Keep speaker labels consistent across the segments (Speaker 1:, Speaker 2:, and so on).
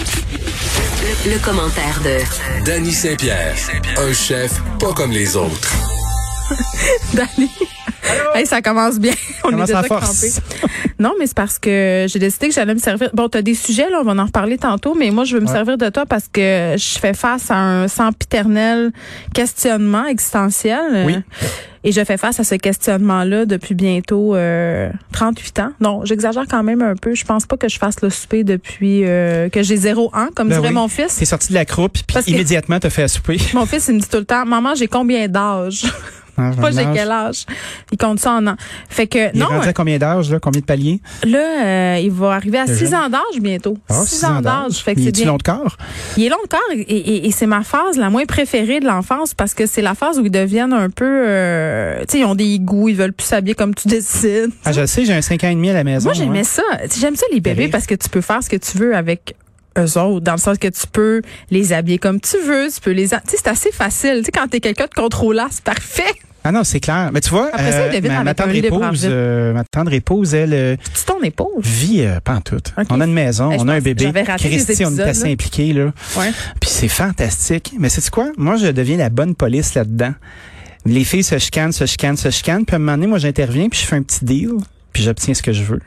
Speaker 1: Le, le commentaire de
Speaker 2: Danny Saint-Pierre, un chef pas comme les autres.
Speaker 3: d'aller. Hey, ça commence bien. On
Speaker 4: Commence
Speaker 3: est déjà
Speaker 4: à force.
Speaker 3: crampés. Non, mais c'est parce que j'ai décidé que j'allais me servir. Bon, t'as des sujets, là, on va en reparler tantôt, mais moi, je veux me servir de toi parce que je fais face à un sempiternel questionnement existentiel. euh,
Speaker 4: Oui.
Speaker 3: Et je fais face à ce questionnement-là depuis bientôt euh, 38 ans. Non, j'exagère quand même un peu. Je pense pas que je fasse le souper depuis euh, que j'ai zéro an, comme
Speaker 4: Ben
Speaker 3: dirait
Speaker 4: oui.
Speaker 3: mon fils.
Speaker 4: T'es sorti de la croupe, puis
Speaker 3: Parce que-
Speaker 4: immédiatement, t'as fait à souper.
Speaker 3: Mon fils, il me dit tout le temps, maman, j'ai combien d'âge? Pas j'ai quel âge. Il compte ça en ans. Fait que,
Speaker 4: Il est
Speaker 3: non,
Speaker 4: rendu à combien d'âge, là? Combien de paliers?
Speaker 3: là, euh, il va arriver à
Speaker 4: Le
Speaker 3: 6
Speaker 4: jeune.
Speaker 3: ans d'âge bientôt.
Speaker 4: Ah,
Speaker 3: 6 ans d'âge. Fait que
Speaker 4: Il
Speaker 3: c'est
Speaker 4: est-tu
Speaker 3: bien.
Speaker 4: long de corps?
Speaker 3: Il est long encore et, et- et c'est ma phase la moins préférée de l'enfance parce que c'est la phase où ils deviennent un peu, euh, tu sais, ils ont des goûts, ils veulent plus s'habiller comme tu décides.
Speaker 4: Ah, je le sais, j'ai un 5 ans et demi à la maison.
Speaker 3: Moi, j'aimais
Speaker 4: hein.
Speaker 3: ça. Tu sais, J'aime ça, les bébés,
Speaker 4: rire.
Speaker 3: parce que tu peux faire ce que tu veux avec eux autres, dans le sens que tu peux les habiller comme tu veux, tu peux les... a- Tu sais, c'est assez facile. Tu sais, quand t'es quelqu'un de contrôlant, c'est parfait.
Speaker 4: Ah non, c'est clair. Mais tu vois, euh,
Speaker 3: Après ça, il devine
Speaker 4: ma,
Speaker 3: avec
Speaker 4: ma
Speaker 3: un
Speaker 4: tendre
Speaker 3: lit de
Speaker 4: épouse,
Speaker 3: Braville.
Speaker 4: euh, ma tendre épouse, elle euh,
Speaker 3: Tu ton épaule.
Speaker 4: vit euh, pas en tout.
Speaker 3: Ok.
Speaker 4: On a une maison,
Speaker 3: Eh, je
Speaker 4: on a un
Speaker 3: pense-
Speaker 4: bébé.
Speaker 3: j'avais raté les
Speaker 4: Christy, on est
Speaker 3: épisodes,
Speaker 4: assez
Speaker 3: là.
Speaker 4: impliqués, là.
Speaker 3: Ouais.
Speaker 4: Puis c'est fantastique. Mais c'est quoi? Moi, je deviens la bonne police là-dedans. Les filles se chicanent, se chicanent, se chicanent. Puis à un moment donné, moi, j'interviens, puis je fais un petit deal, puis j'obtiens ce que je veux.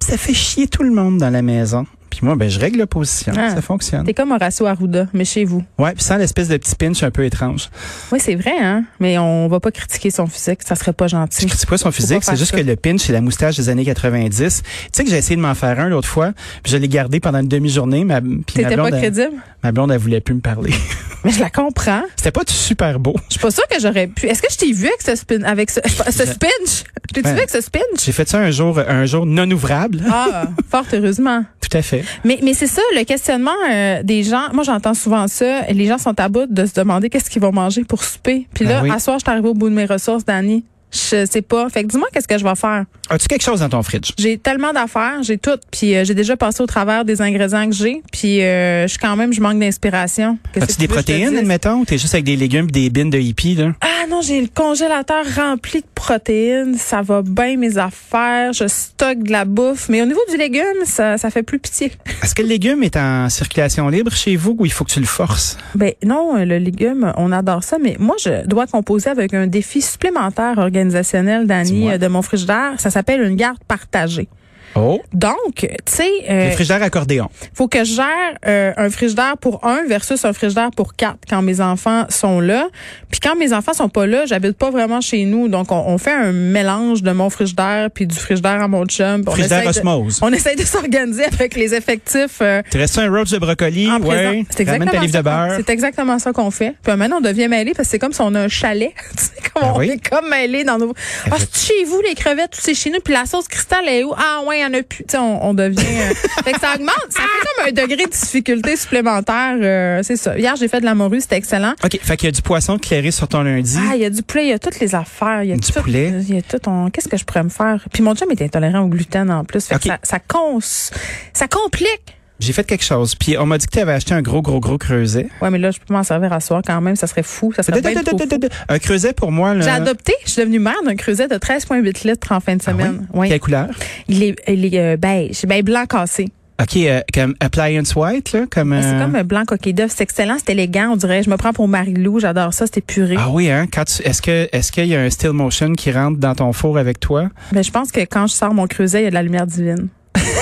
Speaker 4: Puis ça fait chier tout le monde dans la maison. Puis moi, ben, je règle l'opposition.
Speaker 3: Ah.
Speaker 4: Ça fonctionne.
Speaker 3: T'es comme Horacio Arruda, mais chez vous.
Speaker 4: Ouais, puis sans l'espèce de petit pinch un peu étrange.
Speaker 3: Oui, c'est vrai, hein. Mais on va pas critiquer son physique, ça serait pas
Speaker 4: Je
Speaker 3: gentil.
Speaker 4: critique pas son physique,
Speaker 3: pas
Speaker 4: c'est
Speaker 3: faire
Speaker 4: juste
Speaker 3: ça.
Speaker 4: que le pinch, c'est la moustache des années 90. Tu sais que j'ai essayé de m'en faire un l'autre fois, puis je l'ai gardé pendant une demi-journée, ma, puis ma
Speaker 3: T'étais pas
Speaker 4: blonde, hein. elle,
Speaker 3: crédible?
Speaker 4: ma blonde, elle voulait plus me parler.
Speaker 3: Mais je la comprends.
Speaker 4: C'était pas super beau.
Speaker 3: Je suis pas sûre que j'aurais pu. Est-ce que je t'ai vu avec ce spin, avec ce, ce spinch? Je T'ai-tu
Speaker 4: Ben-
Speaker 3: vu avec ce spinch?
Speaker 4: J'ai fait ça un jour, un jour non ouvrable.
Speaker 3: Ah, fort heureusement.
Speaker 4: Tout à fait.
Speaker 3: Mais, mais c'est ça, le questionnement euh, des gens. Moi, j'entends souvent ça. Les gens sont à bout de se demander qu'est-ce qu'ils vont manger pour souper. Puis là,
Speaker 4: Ah oui.
Speaker 3: à soir, je suis arrivée au bout de mes ressources, Dani. Je sais pas. Fait que dis-moi qu'est-ce que je vais faire.
Speaker 4: As-tu quelque chose dans ton fridge?
Speaker 3: J'ai tellement d'affaires, j'ai tout. Puis euh, j'ai déjà passé au travers des ingrédients que j'ai. Puis euh, je suis quand même, je manque d'inspiration. Qu'est-ce
Speaker 4: As-tu
Speaker 3: que
Speaker 4: des
Speaker 3: veux que je te
Speaker 4: protéines,
Speaker 3: dise?
Speaker 4: admettons, ou t'es juste avec des légumes pis des bines de hippie, là?
Speaker 3: Ah non, j'ai le congélateur rempli de protéines. Ça va bien mes affaires. Je stocke de la bouffe. Mais au niveau du légume, ça, ça fait plus pitié.
Speaker 4: Est-ce que le légume est en circulation libre chez vous ou il faut que tu le forces?
Speaker 3: Ben non, le légume, on adore ça. Mais moi, je dois composer avec un défi supplémentaire organisationnel, Dani,
Speaker 4: Dis-moi.
Speaker 3: euh, de mon frigidaire. Ça s'appelle une garde partagée.
Speaker 4: Oh.
Speaker 3: Donc, tu sais,
Speaker 4: Le
Speaker 3: euh,
Speaker 4: frigidaire accordéon.
Speaker 3: faut que je gère euh, un frigidaire pour un versus un frigidaire pour quatre quand mes enfants sont là. Puis quand mes enfants sont pas là, j'habite pas vraiment chez nous. Donc, on, on fait un mélange de mon frigidaire puis du frigidaire à mon chum. Puis on
Speaker 4: Frigidaire
Speaker 3: essaie de-
Speaker 4: osmose.
Speaker 3: On essaie de s'organiser avec les effectifs euh,
Speaker 4: Tu restes un roast de brocoli,
Speaker 3: en
Speaker 4: ouais.
Speaker 3: présent. C'est
Speaker 4: Ramène
Speaker 3: exactement,
Speaker 4: ta livre de
Speaker 3: ça qu'on-
Speaker 4: beurre.
Speaker 3: c'est exactement ça qu'on fait. Puis maintenant, on devient mêlé parce que c'est comme si on a un chalet. Tu sais, comme
Speaker 4: Ah
Speaker 3: on
Speaker 4: oui.
Speaker 3: est comme mêlé dans nos... Ah, c'est chez vous, les crevettes, tout c'est chez nous. Puis la sauce cristal elle est où? Ah ouais, il y en a plus. Tu sais, on, on devient... euh, fait que ça augmente. Ça fait comme un degré de difficulté supplémentaire. euh, c'est ça. Hier, j'ai fait de la morue. C'était excellent.
Speaker 4: OK, fait qu'il y a du poisson clairé sur ton lundi.
Speaker 3: Ah, il y a du poulet, il y a toutes les affaires. Il y a
Speaker 4: Du
Speaker 3: tout,
Speaker 4: poulet.
Speaker 3: Il y a tout. on- Qu'est-ce que je pourrais me faire? Puis mon chum est intolérant au gluten en plus. Fait que
Speaker 4: OK.
Speaker 3: ça, ça, cons- ça complique.
Speaker 4: J'ai fait quelque chose. Puis on m'a dit que tu avais acheté un gros, gros, gros creuset.
Speaker 3: Ouais, mais là, je peux m'en servir à soir quand même. Ça serait fou. Ça serait bien trop fou.
Speaker 4: Un creuset pour moi, là.
Speaker 3: J'ai adopté, je suis devenue mère d'un creuset de 13,8 litres en fin de
Speaker 4: Euh. Ah oui?
Speaker 3: semaine. Oui.
Speaker 4: Quelle couleur?
Speaker 3: Il est, il est euh, beige, ben blanc cassé.
Speaker 4: OK, euh, comme appliance white, là, comme...
Speaker 3: C'est
Speaker 4: euh,
Speaker 3: comme un blanc coquille d'œuf. C'est excellent, c'est élégant, on dirait. Je me prends pour Marie-Lou, j'adore ça, c'est épuré.
Speaker 4: Ah oui, hein? Quand tu- Est-ce que est-ce qu'il y a un still motion qui rentre dans ton four avec toi?
Speaker 3: Ben, je pense que quand je sors mon creuset, il y a de la lumière divine.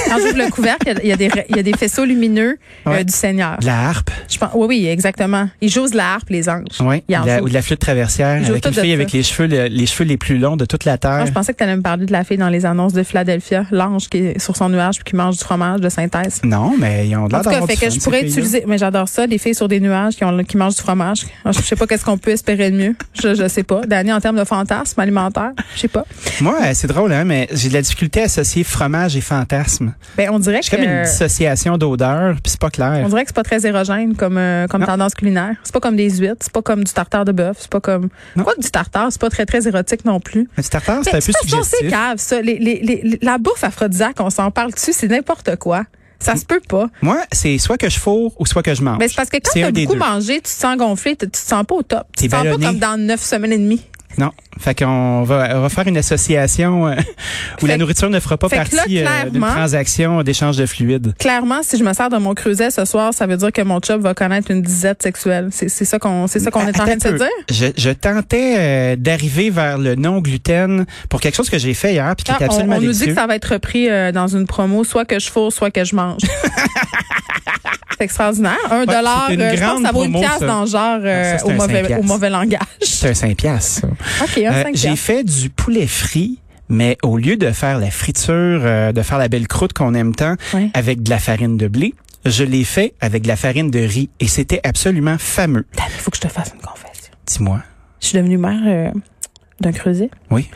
Speaker 3: Quand j'ouvre le couvercle, il y, a des, ra- il y a des faisceaux lumineux euh,
Speaker 4: Ouais.
Speaker 3: du Seigneur.
Speaker 4: De la harpe.
Speaker 3: Je pense, oui, oui, exactement. Ils jouent de la harpe, les anges.
Speaker 4: Ouais,
Speaker 3: Ils en
Speaker 4: de la-
Speaker 3: jouent.
Speaker 4: ou de la flûte
Speaker 3: Ils
Speaker 4: traversière
Speaker 3: jouent
Speaker 4: avec une
Speaker 3: tout de
Speaker 4: fille
Speaker 3: ça.
Speaker 4: avec les cheveux, le- les cheveux les plus longs de toute la
Speaker 3: Ah,
Speaker 4: terre.
Speaker 3: je pensais que tu allais me parler de la fille dans les annonces de Philadelphia, l'ange qui est sur son nuage puis qui mange du fromage de synthèse.
Speaker 4: Non, mais ils ont de
Speaker 3: En
Speaker 4: l'air
Speaker 3: tout cas,
Speaker 4: d'avoir
Speaker 3: fait
Speaker 4: du
Speaker 3: que
Speaker 4: fun,
Speaker 3: je
Speaker 4: ces
Speaker 3: pourrais
Speaker 4: filles-là.
Speaker 3: utiliser, mais j'adore ça, des filles sur des nuages qui, ont, qui mangent du fromage. Ah, Je sais pas qu'est-ce qu'on peut espérer de mieux. Je, je sais pas. Dany, en termes de fantasme alimentaire, je sais pas.
Speaker 4: Moi, euh, c'est drôle, hein, mais j'ai de la difficulté à associer fromage et fantasme.
Speaker 3: Ben, on dirait que.
Speaker 4: C'est comme une dissociation d'odeur, puis c'est pas clair.
Speaker 3: On dirait que c'est pas très érogène comme, euh, comme
Speaker 4: Non.
Speaker 3: tendance culinaire. C'est pas comme des huîtres, c'est pas comme du tartare de bœuf, c'est pas comme.
Speaker 4: Non.
Speaker 3: Quoi que du tartare, c'est pas très très érotique non plus.
Speaker 4: Un petit tartare, c'est
Speaker 3: Mais
Speaker 4: un
Speaker 3: de
Speaker 4: peu
Speaker 3: toute façon, c'est
Speaker 4: suggestif.
Speaker 3: cave, ça. Les- les- les- la bouffe aphrodisiaque, on s'en parle dessus, c'est n'importe quoi. Ça se peut pas.
Speaker 4: Moi, c'est soit que je fourre ou soit que je mange.
Speaker 3: Mais c'est parce que quand
Speaker 4: C'est
Speaker 3: t'as
Speaker 4: un des
Speaker 3: beaucoup
Speaker 4: deux.
Speaker 3: mangé, tu te sens gonflé, tu tu te sens pas au top. Tu
Speaker 4: T'es
Speaker 3: te sens
Speaker 4: ballonné.
Speaker 3: pas comme dans neuf semaines et demie.
Speaker 4: Non. Fait qu'on va, on va faire une association euh, où la
Speaker 3: que-
Speaker 4: nourriture ne fera pas
Speaker 3: fait que là,
Speaker 4: partie euh, d'une
Speaker 3: clairement-
Speaker 4: transaction d'échange de fluides.
Speaker 3: Clairement, si je me sers de mon creuset ce soir, ça veut dire que mon chum va connaître une disette sexuelle. C'est c'est ça qu'on c'est ça qu'on est en train de se
Speaker 4: Attends un peu.
Speaker 3: dire.
Speaker 4: Je, je tentais euh, d'arriver vers le non-gluten pour quelque chose que j'ai fait hier puis qui
Speaker 3: Ah,
Speaker 4: était
Speaker 3: on,
Speaker 4: absolument
Speaker 3: on nous dit
Speaker 4: délicieux.
Speaker 3: que ça va être repris euh, dans une promo, soit que je fourre, soit que je mange. c'est extraordinaire. Un dollar,
Speaker 4: c'était une
Speaker 3: euh, je pense
Speaker 4: grande
Speaker 3: que ça vaut une
Speaker 4: promo,
Speaker 3: pièce
Speaker 4: ça.
Speaker 3: dans le genre euh,
Speaker 4: Ah, ça, c'est
Speaker 3: au,
Speaker 4: un cinq
Speaker 3: mauvais,
Speaker 4: piastres.
Speaker 3: au mauvais langage.
Speaker 4: C'est un 5 piastres. ça.
Speaker 3: OK, un
Speaker 4: Euh,
Speaker 3: cinq
Speaker 4: j'ai
Speaker 3: piastres.
Speaker 4: fait du poulet frit, mais au lieu de faire la friture, euh, de faire la belle croûte qu'on aime tant,
Speaker 3: Ouais.
Speaker 4: avec de la farine de blé, je l'ai fait avec de la farine de riz et c'était absolument fameux.
Speaker 3: Il faut que je te fasse une confession.
Speaker 4: Dis-moi.
Speaker 3: Je suis devenue mère euh, d'un creuset.
Speaker 4: Oui.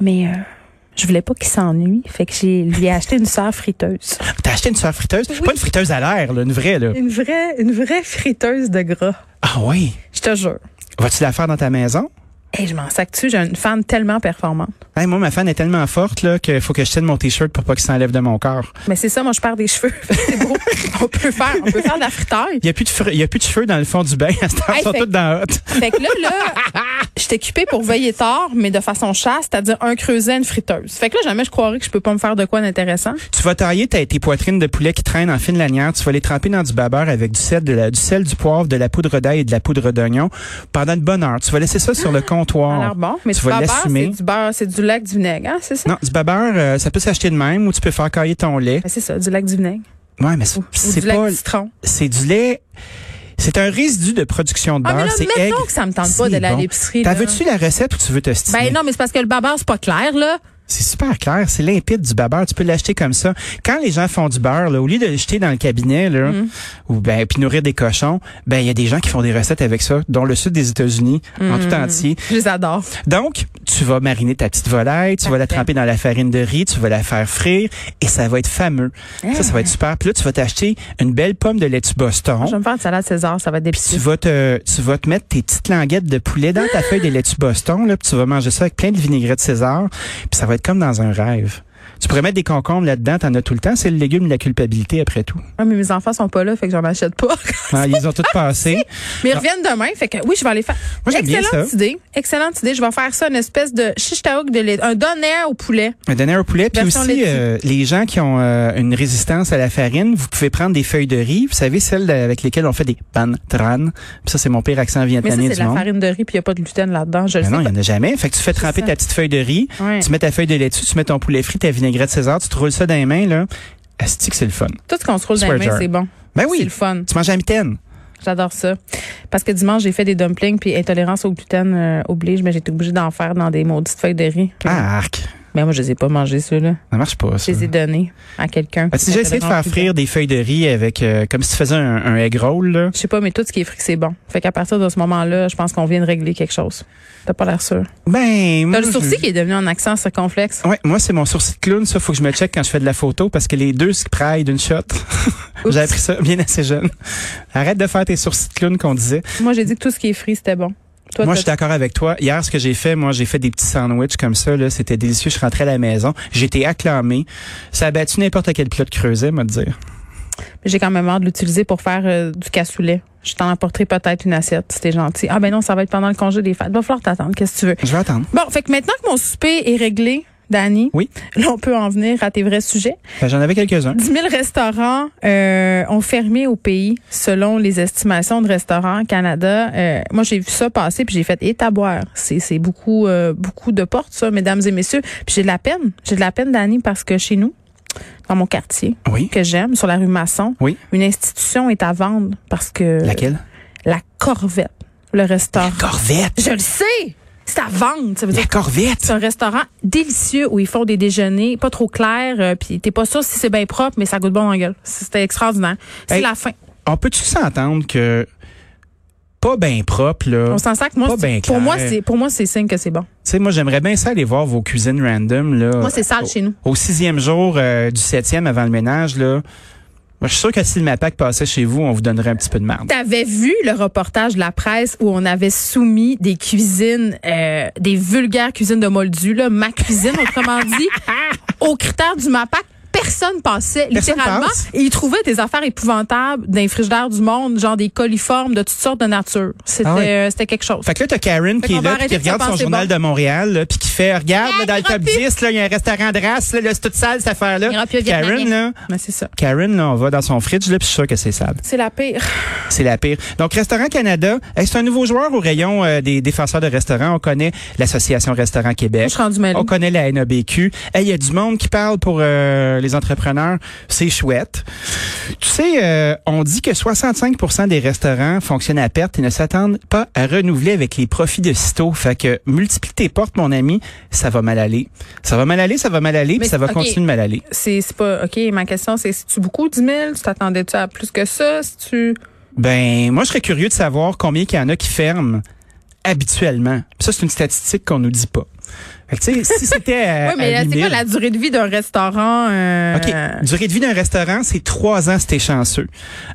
Speaker 3: Mais euh, je voulais pas qu'il s'ennuie. Fait que j'ai lui ai acheté une sœur friteuse.
Speaker 4: T'as acheté une soeur friteuse?
Speaker 3: Oui.
Speaker 4: Pas une friteuse à l'air, là, une vraie, là.
Speaker 3: Une vraie, une vraie friteuse de gras.
Speaker 4: Ah oui.
Speaker 3: Je te jure.
Speaker 4: Vas-tu la faire dans ta maison?
Speaker 3: Et je m'en sac dessus. J'ai une femme tellement performante.
Speaker 4: Hey, moi, ma fan est tellement forte là qu'il faut que je tienne mon t-shirt pour pas qu'il s'enlève de mon corps.
Speaker 3: Mais c'est ça, moi, je perds des cheveux. c'est beau. on peut faire, on peut faire de la fritaille.
Speaker 4: Il y a plus de fre- il y a plus de cheveux dans le fond du bain. à cette heure,
Speaker 3: Hey,
Speaker 4: Ils sont
Speaker 3: fait-
Speaker 4: tous dans la hotte.
Speaker 3: Fait que là, là, j'étais occupée pour veiller tard, mais de façon chasse, c'est-à-dire un creuset, une friteuse. Fait que là, jamais je croirais que je peux pas me faire de quoi d'intéressant.
Speaker 4: Tu vas tailler ta- tes poitrines de poulet qui traînent en fine lanière. Tu vas les tremper dans du babeur avec du sel, de la- du sel, du poivre, de la poudre d'ail et de la poudre d'oignon pendant une bonne heure. Tu vas laisser ça sur le
Speaker 3: Ça a
Speaker 4: comptoir.
Speaker 3: l'air Ah, bon, mais
Speaker 4: tu
Speaker 3: du
Speaker 4: vas
Speaker 3: beurre, c'est
Speaker 4: l'assumer.
Speaker 3: du beurre, c'est du lac du vinaigre, hein, c'est ça?
Speaker 4: Non, du babeur, euh, ça peut s'acheter de même ou tu peux faire cailler ton lait.
Speaker 3: Ben, c'est ça, du lac du vinaigre.
Speaker 4: Ouais, mais c'est
Speaker 3: Ou, ou
Speaker 4: c'est
Speaker 3: du lac
Speaker 4: pas,
Speaker 3: du citron.
Speaker 4: c'est du lait. C'est un résidu de production de
Speaker 3: Ah, mais
Speaker 4: beurre.
Speaker 3: là,
Speaker 4: C'est
Speaker 3: mettons
Speaker 4: aigre.
Speaker 3: que ça me tente pas
Speaker 4: C'est
Speaker 3: d'aller à
Speaker 4: bon.
Speaker 3: l'épicerie.
Speaker 4: T'as
Speaker 3: là.
Speaker 4: veux-tu la recette ou tu veux te stimuler?
Speaker 3: Ben non, mais c'est parce que le babar, c'est pas clair, là.
Speaker 4: C'est super clair, c'est limpide du babeur, tu peux l'acheter comme ça. Quand les gens font du beurre, là, au lieu de le jeter dans le cabinet là,
Speaker 3: Mm.
Speaker 4: ou ben puis nourrir des cochons, ben il y a des gens qui font des recettes avec ça, dont le sud des États-Unis
Speaker 3: Mm.
Speaker 4: en tout entier.
Speaker 3: Je les adore.
Speaker 4: Donc, tu vas mariner ta petite volaille, tu vas la
Speaker 3: Parfait.
Speaker 4: tremper dans la farine de riz, tu vas la faire frire et ça va être fameux. Ça ça va être super. Puis là, tu vas t'acheter une belle pomme de lait du Boston.
Speaker 3: Ah. Je vais me faire une salade César, ça va être
Speaker 4: Puis tu
Speaker 3: délicieux.
Speaker 4: vas te tu vas te mettre tes petites languettes de poulet dans ta feuille de laitue Boston là, puis tu vas manger ça avec plein de vinaigrette César, puis ça va être comme dans un rêve. Tu pourrais mettre des concombres là-dedans, t'en as tout le temps, c'est le légume de la culpabilité après tout.
Speaker 3: Ah, mais mes enfants sont pas là, fait que j'en achète pas.
Speaker 4: Hein, ils ont tout
Speaker 3: Ah,
Speaker 4: passé.
Speaker 3: Mais ils reviennent demain, fait que oui, je vais aller faire.
Speaker 4: Moi, j'aime bien
Speaker 3: Excellente
Speaker 4: ça.
Speaker 3: idée. Excellente idée. Je vais faire ça, une espèce de chichtaouk de lait, un doner au poulet.
Speaker 4: Un donner au poulet, puis
Speaker 3: Version
Speaker 4: aussi
Speaker 3: laitue.
Speaker 4: euh, les gens qui ont euh, une résistance à la farine, vous pouvez prendre des feuilles de riz, vous savez celles avec lesquelles on fait des pan tran. Puis ça c'est mon pire accent
Speaker 3: Mais ça,
Speaker 4: vietnamien
Speaker 3: c'est de
Speaker 4: du
Speaker 3: la
Speaker 4: monde.
Speaker 3: farine de riz, puis il n'y a pas de gluten là-dedans. Je le
Speaker 4: Ben
Speaker 3: sais.
Speaker 4: non, il n'y en a jamais. Fait que tu fais tremper
Speaker 3: ça.
Speaker 4: ta petite feuille de riz,
Speaker 3: Ouais.
Speaker 4: tu mets ta feuille de laitue, tu mets ton poulet frit, ta vinaigrette César, tu te roules ça dans les mains, là. Asti que c'est le fun.
Speaker 3: Tout ce qu'on se roule dans les
Speaker 4: Swear
Speaker 3: mains,
Speaker 4: jar.
Speaker 3: c'est bon.
Speaker 4: Ben
Speaker 3: C'est
Speaker 4: oui,
Speaker 3: le fun.
Speaker 4: tu manges à la mitaine.
Speaker 3: J'adore ça. Parce que dimanche, j'ai fait des dumplings, puis intolérance au gluten euh, oblige, mais j'étais obligée d'en faire dans des maudites feuilles de riz.
Speaker 4: Ah, arc.
Speaker 3: Mais moi, je les ai pas mangés, ceux-là.
Speaker 4: Ça marche pas,
Speaker 3: Je
Speaker 4: ça.
Speaker 3: les ai donnés à quelqu'un.
Speaker 4: As-tu déjà essayé de faire
Speaker 3: Intolérance au gluten.
Speaker 4: frire des feuilles de riz avec, euh, comme si tu faisais un, un egg roll, là?
Speaker 3: Je sais pas, mais tout ce qui est fric, c'est bon. Fait qu'à partir de ce moment-là, je pense qu'on vient de régler quelque chose. T'as pas l'air sûr.
Speaker 4: Ben, moi,
Speaker 3: T'as le sourcil
Speaker 4: je-
Speaker 3: qui est devenu un accent circonflexe.
Speaker 4: Ouais, moi, c'est mon sourcil de clown, ça. Faut que je me check quand je fais de la photo parce que les deux se praillent d'une shot. J'ai appris ça bien assez jeune. Arrête de faire tes sourcils de clown qu'on disait.
Speaker 3: Moi, j'ai dit que tout ce qui est frit, c'était bon. Toi,
Speaker 4: moi, je
Speaker 3: t'as-
Speaker 4: suis d'accord avec toi. Hier, ce que j'ai fait, moi, j'ai fait des petits sandwichs comme ça, là. C'était délicieux. Je suis rentré à la maison. J'étais acclamé. Ça a battu n'importe quel plat de creuset, moi, de dire.
Speaker 3: j'ai quand même hâte de l'utiliser pour faire euh, du cassoulet. Je t'en apporterai peut-être une assiette si t'es gentil. Ah ben non, ça va être pendant le congé des fêtes. Va falloir t'attendre. Qu'est-ce que tu veux?
Speaker 4: Je vais attendre.
Speaker 3: Bon, fait que maintenant que mon souper est réglé, Dani,
Speaker 4: Oui.
Speaker 3: là, on peut en venir à tes vrais sujets.
Speaker 4: Ben, J'en avais quelques-uns.
Speaker 3: 10 000 restaurants euh, ont fermé au pays selon les estimations de Restaurants Canada. Euh, moi, j'ai vu ça passer puis j'ai fait étaboire. C'est c'est beaucoup euh, beaucoup de portes ça, mesdames et messieurs. Puis j'ai de la peine, j'ai de la peine Dani parce que chez nous dans mon quartier
Speaker 4: Oui.
Speaker 3: que j'aime, sur la rue Masson,
Speaker 4: Oui.
Speaker 3: une institution est à vendre parce que
Speaker 4: Laquelle?
Speaker 3: la Corvette, le restaurant.
Speaker 4: Corvette.
Speaker 3: Ah. Je le sais, c'est à vendre. Ça veut
Speaker 4: La
Speaker 3: dire
Speaker 4: Corvette.
Speaker 3: c'est un restaurant délicieux où ils font des déjeuners pas trop clairs, euh, puis t'es pas sûr si c'est bien propre, mais ça goûte bon dans la gueule. C'était extraordinaire. C'est
Speaker 4: Hey. euh,
Speaker 3: la fin.
Speaker 4: On peut-tu s'entendre que pas bien propre, là?
Speaker 3: On s'en sert que moi,
Speaker 4: Pas
Speaker 3: c'est-
Speaker 4: bien
Speaker 3: pour moi,
Speaker 4: clair. Euh,
Speaker 3: c'est pour moi c'est signe que c'est bon.
Speaker 4: Tu sais, moi, j'aimerais bien ça aller voir vos cuisines random, là.
Speaker 3: Moi, c'est sale
Speaker 4: Au-
Speaker 3: chez nous.
Speaker 4: Au sixième jour euh, du septième avant le ménage, là. Moi, je suis sûr que si le MAPAC passait chez vous, on vous donnerait un petit peu de merde.
Speaker 3: T'avais vu le reportage de la presse où on avait soumis des cuisines, euh, des vulgaires cuisines de Moldu, là, ma cuisine, autrement dit, aux critères du MAPAC. Personne passait,
Speaker 4: Personne
Speaker 3: littéralement.
Speaker 4: passe.
Speaker 3: Et ils trouvaient des affaires épouvantables d'un frigidaire du monde, genre des coliformes de toutes sortes de nature. C'était
Speaker 4: Ah oui.
Speaker 3: euh, c'était quelque chose.
Speaker 4: Fait que là, t'as Karen
Speaker 3: Fait
Speaker 4: qui
Speaker 3: qu'on
Speaker 4: est
Speaker 3: va
Speaker 4: là, puis qui
Speaker 3: arrêter de se
Speaker 4: regarde son
Speaker 3: penser
Speaker 4: journal
Speaker 3: bon.
Speaker 4: de Montréal, là, puis qui fait, regarde,
Speaker 3: Ah,
Speaker 4: là, dans le
Speaker 3: il ira
Speaker 4: top 10, là, il y a un restaurant de race, là, là, c'est toute sale, cette affaire-là.
Speaker 3: Il ira plus au
Speaker 4: Karen,
Speaker 3: Vietnamien.
Speaker 4: là,
Speaker 3: Mais c'est ça.
Speaker 4: Karen, là, on va dans son fridge, là, puis je suis sûr que c'est sale.
Speaker 3: C'est la pire.
Speaker 4: C'est la pire. Donc, Restaurant Canada, hey, c'est un nouveau joueur au rayon euh, des défenseurs de restaurants. On connaît l'Association Restaurant Québec.
Speaker 3: Je suis rendue mêlée.
Speaker 4: On connaît la NABQ. Hey, Il y a du monde qui parle pour euh, les entrepreneurs. C'est chouette. Tu sais, euh, on dit que 65 des restaurants fonctionnent à perte et ne s'attendent pas à renouveler avec les profits de sitôt. Fait que multiplie tes portes, mon ami, ça va mal aller. Ça va mal aller, ça va mal aller,
Speaker 3: Mais
Speaker 4: puis ça va
Speaker 3: ok.
Speaker 4: continuer de mal aller.
Speaker 3: C'est c'est pas. OK, ma question, c'est si tu beaucoup 10 000, tu t'attendais-tu à plus que ça? Si
Speaker 4: Euh,
Speaker 3: tu.
Speaker 4: Ben, moi, je serais curieux de savoir combien il y en a qui ferment habituellement. Puis Ça, c'est une statistique qu'on nous dit pas. Fait que, tu sais, si c'était à,
Speaker 3: Oui, mais là,
Speaker 4: à
Speaker 3: c'est
Speaker 4: 1000,
Speaker 3: quoi la durée de vie d'un restaurant? euh,
Speaker 4: OK. Durée de vie d'un restaurant, c'est trois ans si t'es chanceux.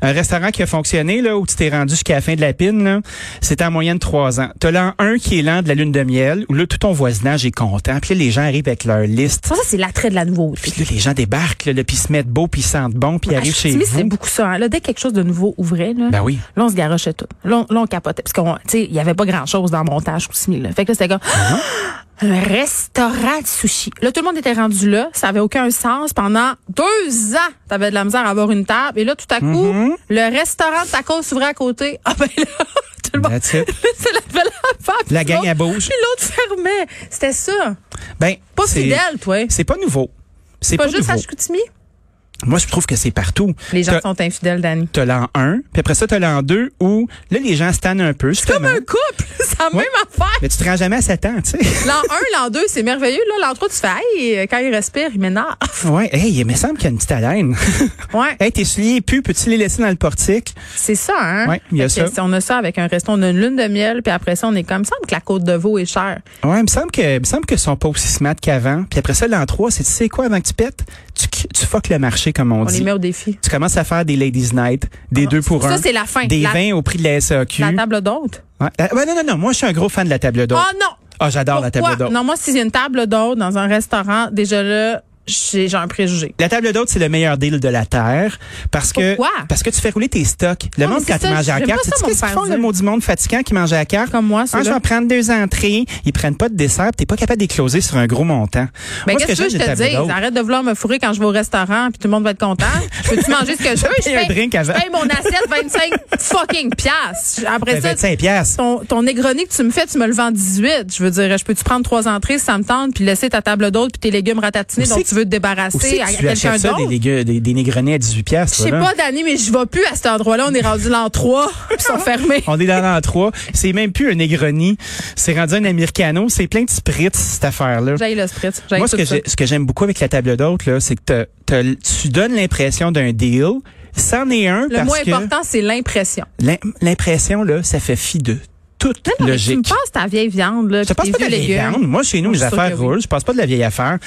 Speaker 4: Un restaurant qui a fonctionné, là, où tu t'es rendu jusqu'à la fin de la pine, là, c'est en moyenne trois ans. T'as l'an un qui est l'an de la lune de miel, où là, tout ton voisinage est content. Puis là, les gens arrivent avec leur liste.
Speaker 3: Ça, ça, c'est l'attrait de la nouveauté.
Speaker 4: Puis là, les gens débarquent, là, là, puis ils se mettent beaux, puis ils sentent bon, puis ils
Speaker 3: À
Speaker 4: arrivent chez
Speaker 3: Chicoutimi, c'est
Speaker 4: vous.
Speaker 3: beaucoup ça. hein. Là, dès que quelque chose de nouveau ouvrait, là,
Speaker 4: Ben oui.
Speaker 3: là on se garochait tout. Là, on, là, on capotait. Parce qu'on, tu sais, il n'y avait pas grand-chose dans le montage ou similaire. Fait que là, c'était comme
Speaker 4: Mhm.
Speaker 3: un restaurant de sushi. Là, tout le monde était rendu là. Ça avait aucun sens. Pendant deux ans, t'avais de la misère à avoir une table. Et là, tout à coup,
Speaker 4: Mhm.
Speaker 3: le restaurant de tacos s'ouvrait à côté. Ah ben là, tout le monde...
Speaker 4: That's it.
Speaker 3: c'est la belle affaire. Puis
Speaker 4: La gang
Speaker 3: l'autre-
Speaker 4: à bouge.
Speaker 3: Puis l'autre fermait. C'était ça.
Speaker 4: Ben,
Speaker 3: Pas
Speaker 4: c'est-
Speaker 3: fidèle, toi.
Speaker 4: C'est pas nouveau. C'est
Speaker 3: Pas,
Speaker 4: pas,
Speaker 3: juste à
Speaker 4: nouveau.
Speaker 3: Chicoutimi.
Speaker 4: Moi, je trouve que c'est partout.
Speaker 3: Les gens
Speaker 4: T'as-
Speaker 3: sont infidèles, Danny.
Speaker 4: T'as l'an 1, puis après ça, t'as l'an 2 où là, les gens se tannent un peu.
Speaker 3: C'est comme
Speaker 4: justement.
Speaker 3: un couple. C'est la
Speaker 4: Ouais.
Speaker 3: même affaire.
Speaker 4: Mais tu te rends jamais à 7 ans, tu sais.
Speaker 3: L'an 1, l'an 2, c'est merveilleux. Là, l'an 3, tu fais, hey, euh, quand il respire, il m'énerve.
Speaker 4: Ouais, hey, il me semble qu'il y a une petite haleine.
Speaker 3: Ouais.
Speaker 4: hey, tes souliers puent, peux-tu les laisser dans le portique?
Speaker 3: C'est ça, hein?
Speaker 4: Ouais, il y a
Speaker 3: Fait que
Speaker 4: ça.
Speaker 3: si On a ça avec un resto, on a une lune de miel, puis après ça, on est comme, il semble que la côte de veau est chère.
Speaker 4: Ouais, il me semble que, il me semble qu'ils sont pas aussi smart qu'avant. Puis après ça, l'an 3, c'est, tu sais quoi, avant que tu pètes? Tu, tu fuck le marché, comme on,
Speaker 3: On
Speaker 4: dit.
Speaker 3: les met au défi.
Speaker 4: Tu commences à faire des ladies night, des deux pour
Speaker 3: ça,
Speaker 4: un.
Speaker 3: c'est la fin.
Speaker 4: Des
Speaker 3: La-
Speaker 4: vins au prix de la SAQ.
Speaker 3: La table d'hôte.
Speaker 4: Ouais. Ah, ouais, non, non, non. Moi, je suis un gros fan de la table d'eau.
Speaker 3: Ah non!
Speaker 4: Ah, j'adore la
Speaker 3: Pourquoi?
Speaker 4: table d'eau.
Speaker 3: Non, moi, s'il y a une table d'hôte dans un restaurant, déjà là, j'ai j'ai un préjugé.
Speaker 4: La table d'hôte, c'est le meilleur deal de la Terre parce que
Speaker 3: Pourquoi?
Speaker 4: parce que tu fais rouler tes stocks. Le
Speaker 3: Non,
Speaker 4: monde
Speaker 3: mais
Speaker 4: quand
Speaker 3: c'est ça,
Speaker 4: il mange à la
Speaker 3: j'aime
Speaker 4: carte,
Speaker 3: pas ça,
Speaker 4: c'est
Speaker 3: mon
Speaker 4: qu'est-ce qu'ils
Speaker 3: faire
Speaker 4: font le
Speaker 3: dire.
Speaker 4: maudit monde fatigant qui mange à la carte
Speaker 3: Comme moi,
Speaker 4: Ah, je
Speaker 3: ceux-là.
Speaker 4: vais prendre deux entrées, ils prennent pas de dessert, puis t'es pas capable d'écloser sur un gros montant.
Speaker 3: Ben,
Speaker 4: Moi, ce
Speaker 3: qu'est-ce que tu veux que
Speaker 4: j'aime
Speaker 3: je
Speaker 4: des
Speaker 3: te
Speaker 4: tables
Speaker 3: dise?
Speaker 4: d'hôtes-
Speaker 3: Arrête de vouloir me fourrer quand je vais au restaurant, puis tout le monde va être content. Je Peux-tu manger ce que je veux? Je
Speaker 4: paye un
Speaker 3: paye,
Speaker 4: drink avant.
Speaker 3: je paye mon assiette 25 fucking piastres. Après
Speaker 4: Ben,
Speaker 3: ça,
Speaker 4: 25 piastres.
Speaker 3: ton, ton négrené que tu me fais, tu me le vends 18. Je veux dire, je peux-tu prendre trois entrées si ça me tente, puis laisser ta table d'hôte, puis tes légumes ratatinés
Speaker 4: Où
Speaker 3: dont tu veux
Speaker 4: c'est
Speaker 3: te
Speaker 4: Où c'est
Speaker 3: débarrasser
Speaker 4: que
Speaker 3: à
Speaker 4: tu
Speaker 3: quelqu'un
Speaker 4: achètes ça, des,
Speaker 3: d'autre?
Speaker 4: légumes, des, des négrenets à 18 piastres,
Speaker 3: Je sais
Speaker 4: là?
Speaker 3: pas, Danny, mais je vais plus à cet endroit-là. On est rendu l'an 3, puis ils sont fermés.
Speaker 4: On est dans l'an 3. C'est même plus un Negroni. C'est rendu un Americano. C'est plein de spritz, cette affaire-là.
Speaker 3: J'aille le spritz. j'haïs
Speaker 4: Moi, ce
Speaker 3: Ben, tout
Speaker 4: que,
Speaker 3: ça.
Speaker 4: j'ai- ce que j'aime beaucoup avec la table d'hôte, là, c'est que t'as- t'as- tu donnes l'impression d'un deal. C'en est un
Speaker 3: Le
Speaker 4: parce
Speaker 3: moins
Speaker 4: que
Speaker 3: important, c'est l'impression.
Speaker 4: l'im- l'impression, là, ça fait fi de toute
Speaker 3: Non, mais Tu me
Speaker 4: logique.
Speaker 3: passes ta vieille viande, là,
Speaker 4: Je te
Speaker 3: puis
Speaker 4: passe
Speaker 3: tes
Speaker 4: pas de la
Speaker 3: vieux
Speaker 4: vieille
Speaker 3: légumes.
Speaker 4: viande. Moi, chez nous,
Speaker 3: Moi,
Speaker 4: mes
Speaker 3: je suis
Speaker 4: affaires
Speaker 3: sûre que oui.
Speaker 4: roulent. Je passe pas de la vieille affaire.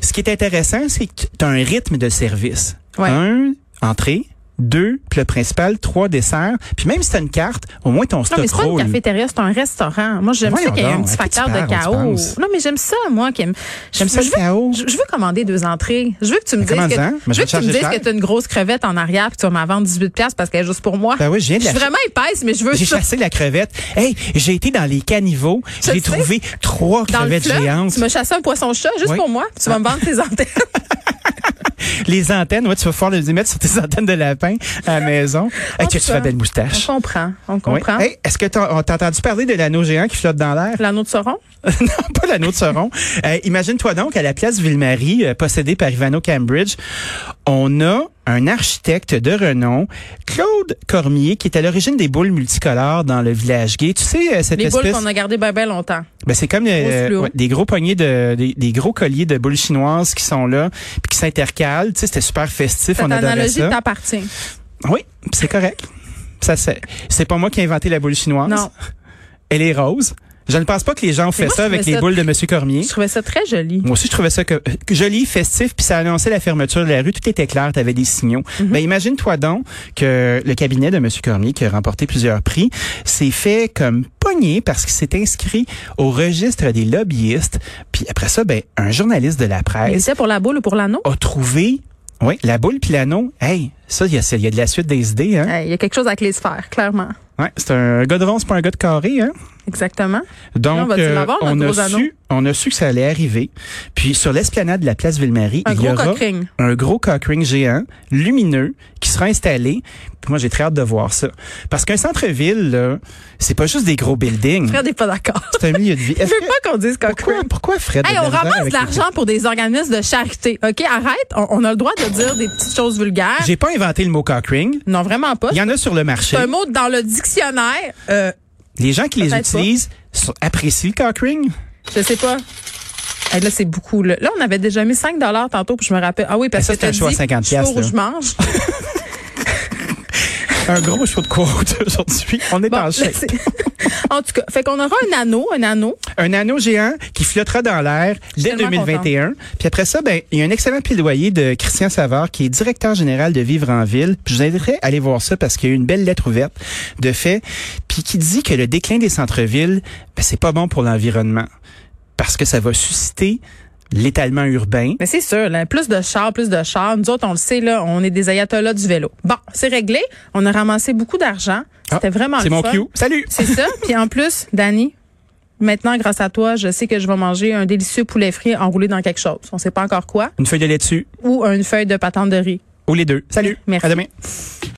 Speaker 4: Ce qui est intéressant, c'est que tu as un rythme de service.
Speaker 3: Ouais.
Speaker 4: Un, entrée. Deux, puis le principal. Trois, desserts. Puis même si t'as une carte, au moins ton
Speaker 3: Non,
Speaker 4: stock
Speaker 3: mais c'est pas une
Speaker 4: roule.
Speaker 3: cafétéria, c'est un restaurant. Moi, j'aime ça
Speaker 4: Voyons
Speaker 3: qu'il y ait un
Speaker 4: donc,
Speaker 3: petit
Speaker 4: à qui tu
Speaker 3: facteur de
Speaker 4: parles,
Speaker 3: chaos.
Speaker 4: tu penses?
Speaker 3: Non, mais j'aime ça, moi. qui aime
Speaker 4: J'aime ça,
Speaker 3: je
Speaker 4: le
Speaker 3: veux,
Speaker 4: chaos.
Speaker 3: je, je veux commander deux entrées. Je veux que tu me
Speaker 4: Mais
Speaker 3: dises que,
Speaker 4: comment ça? Mais je
Speaker 3: je veux que tu
Speaker 4: vais te
Speaker 3: me
Speaker 4: charger
Speaker 3: dises
Speaker 4: cher.
Speaker 3: que t'as une grosse crevette en arrière puis que tu vas m'en vendre 18 pièces parce qu'elle est juste pour moi.
Speaker 4: Ben oui, je viens de
Speaker 3: suis
Speaker 4: la-
Speaker 3: vraiment épaisse, mais je veux
Speaker 4: J'ai
Speaker 3: ça.
Speaker 4: chassé la crevette. Hey, j'ai été dans les caniveaux.
Speaker 3: Je
Speaker 4: J'ai
Speaker 3: sais.
Speaker 4: trouvé trois
Speaker 3: Dans le
Speaker 4: crevettes
Speaker 3: fleuve,
Speaker 4: géantes.
Speaker 3: tu m'as chassé un poisson chat juste
Speaker 4: Oui.
Speaker 3: pour moi. puis Tu vas me vendre tes antennes.
Speaker 4: les antennes, ouais, tu vas pouvoir les mettre sur tes antennes de lapin à la maison. Hey, tu as-tu
Speaker 3: ça.
Speaker 4: la belle
Speaker 3: On
Speaker 4: moustache?
Speaker 3: comprend, on
Speaker 4: Oui.
Speaker 3: comprend.
Speaker 4: Hey, Est-ce que t'as on t'a entendu parler de l'anneau géant qui flotte dans l'air?
Speaker 3: L'anneau de Sauron?
Speaker 4: non, pas l'anneau de Sauron. Euh, Imagine-toi donc à la place Ville-Marie, euh, possédée par Ivano Cambridge, on a un architecte de renom, Claude Cormier, qui est à l'origine des boules multicolores dans le village gay. Tu sais, euh, cette
Speaker 3: Les boules
Speaker 4: espèce...
Speaker 3: qu'on a gardées bien, bien longtemps.
Speaker 4: Ben, c'est comme euh,
Speaker 3: fluo.
Speaker 4: ouais, des gros poignées de des, des gros colliers de boules chinoises qui sont là puis qui s'intercalent. Tu sais, c'était super festif,
Speaker 3: Cette
Speaker 4: on adorait
Speaker 3: analogie
Speaker 4: ça.
Speaker 3: t'appartient.
Speaker 4: Oui, puis c'est correct. Ça c'est c'est pas moi qui ai inventé la boule chinoise.
Speaker 3: Non.
Speaker 4: Elle est rose. Je ne pense pas que les gens ont fait
Speaker 3: moi,
Speaker 4: ça
Speaker 3: je
Speaker 4: avec
Speaker 3: trouvais
Speaker 4: les
Speaker 3: ça-
Speaker 4: boules de Monsieur Cormier.
Speaker 3: Je trouvais ça très joli.
Speaker 4: Moi aussi, je trouvais ça que, que joli, festif, puis ça annonçait la fermeture de la rue. Tout était clair, t'avais des signaux.
Speaker 3: Mhm.
Speaker 4: Ben, imagine-toi donc que le cabinet de M. Cormier, qui a remporté plusieurs prix, s'est fait comme pogné parce qu'il s'est inscrit au registre des lobbyistes. Puis après ça, ben, un journaliste de la
Speaker 3: Mais
Speaker 4: presse
Speaker 3: C'était pour la boule ou pour l'anneau?
Speaker 4: a trouvé, oui, la boule puis l'anneau. Hey, ça, il y a, il y a de la suite des idées, hein?
Speaker 3: Hey, Il y a quelque chose avec les sphères, clairement.
Speaker 4: Ouais, c'est un gars de rond, c'est pas un gars de carré, hein?
Speaker 3: Exactement. Là, on
Speaker 4: Donc,
Speaker 3: va-tu
Speaker 4: euh,
Speaker 3: l'avoir, notre
Speaker 4: on,
Speaker 3: gros
Speaker 4: a
Speaker 3: anneau?
Speaker 4: su, on a su que ça allait arriver. Puis, sur l'esplanade de la place Ville-Marie,
Speaker 3: Un
Speaker 4: il y
Speaker 3: gros
Speaker 4: aura
Speaker 3: cockring.
Speaker 4: un gros cockring géant, lumineux, qui sera installé. Puis moi, j'ai très hâte de voir ça. Parce qu'un centre-ville, là, c'est pas juste des gros buildings.
Speaker 3: Fred n'est pas d'accord.
Speaker 4: C'est un milieu de vie.
Speaker 3: Je
Speaker 4: Est-ce
Speaker 3: veux pas qu'on dise
Speaker 4: pourquoi,
Speaker 3: cockring.
Speaker 4: pourquoi Fred? a
Speaker 3: Hey,
Speaker 4: de
Speaker 3: on
Speaker 4: la misère
Speaker 3: ramasse de
Speaker 4: avec les-
Speaker 3: l'argent pour des organismes de charité. OK, arrête. On, on a le droit de dire des petites choses vulgaires.
Speaker 4: J'ai pas inventé le mot cockring.
Speaker 3: Non, vraiment pas.
Speaker 4: Il y en a sur le marché.
Speaker 3: C'est un mot dans le dictionnaire. Euh,
Speaker 4: Les gens qui les
Speaker 3: Peut-être pas.
Speaker 4: utilisent sont- apprécient le cockring.
Speaker 3: je sais pas. Hey, là, c'est beaucoup. Là. Là, on avait déjà mis 5 tantôt, puis je me rappelle. Ah oui, parce
Speaker 4: Ça,
Speaker 3: que
Speaker 4: c'est un
Speaker 3: t'as
Speaker 4: choix à
Speaker 3: dit,
Speaker 4: 50
Speaker 3: je cours
Speaker 4: là.
Speaker 3: où je mange.
Speaker 4: Un gros show de cours aujourd'hui. On est
Speaker 3: Bon,
Speaker 4: en
Speaker 3: là,
Speaker 4: chèque.
Speaker 3: c'est- en tout cas, fait qu'on aura un anneau, un anneau.
Speaker 4: un anneau géant qui flottera dans l'air dès
Speaker 3: tellement
Speaker 4: 2021. Puis après ça, ben, il y a un excellent plaidoyer de Christian Savard, qui est directeur général de Vivre en Ville. Puis je vous inviterai à aller voir ça parce qu'il y a eu une belle lettre ouverte de fait, puis qui dit que le déclin des centres-villes, ben, c'est pas bon pour l'environnement parce que ça va susciter l'étalement urbain.
Speaker 3: Mais c'est sûr, là, plus de chars, plus de chars. Nous autres, on le sait, là, on est des ayatollahs du vélo. Bon, c'est réglé. On a ramassé beaucoup d'argent. C'était
Speaker 4: Ah,
Speaker 3: vraiment
Speaker 4: C'est
Speaker 3: le
Speaker 4: mon
Speaker 3: fun.
Speaker 4: cue. Salut!
Speaker 3: C'est ça. Puis en plus, Dani, maintenant, grâce à toi, je sais que je vais manger un délicieux poulet frit enroulé dans quelque chose. On sait pas encore quoi.
Speaker 4: Une feuille de laitue
Speaker 3: Ou une feuille de patente de riz.
Speaker 4: ou les deux. Salut!
Speaker 3: Merci.
Speaker 4: À demain.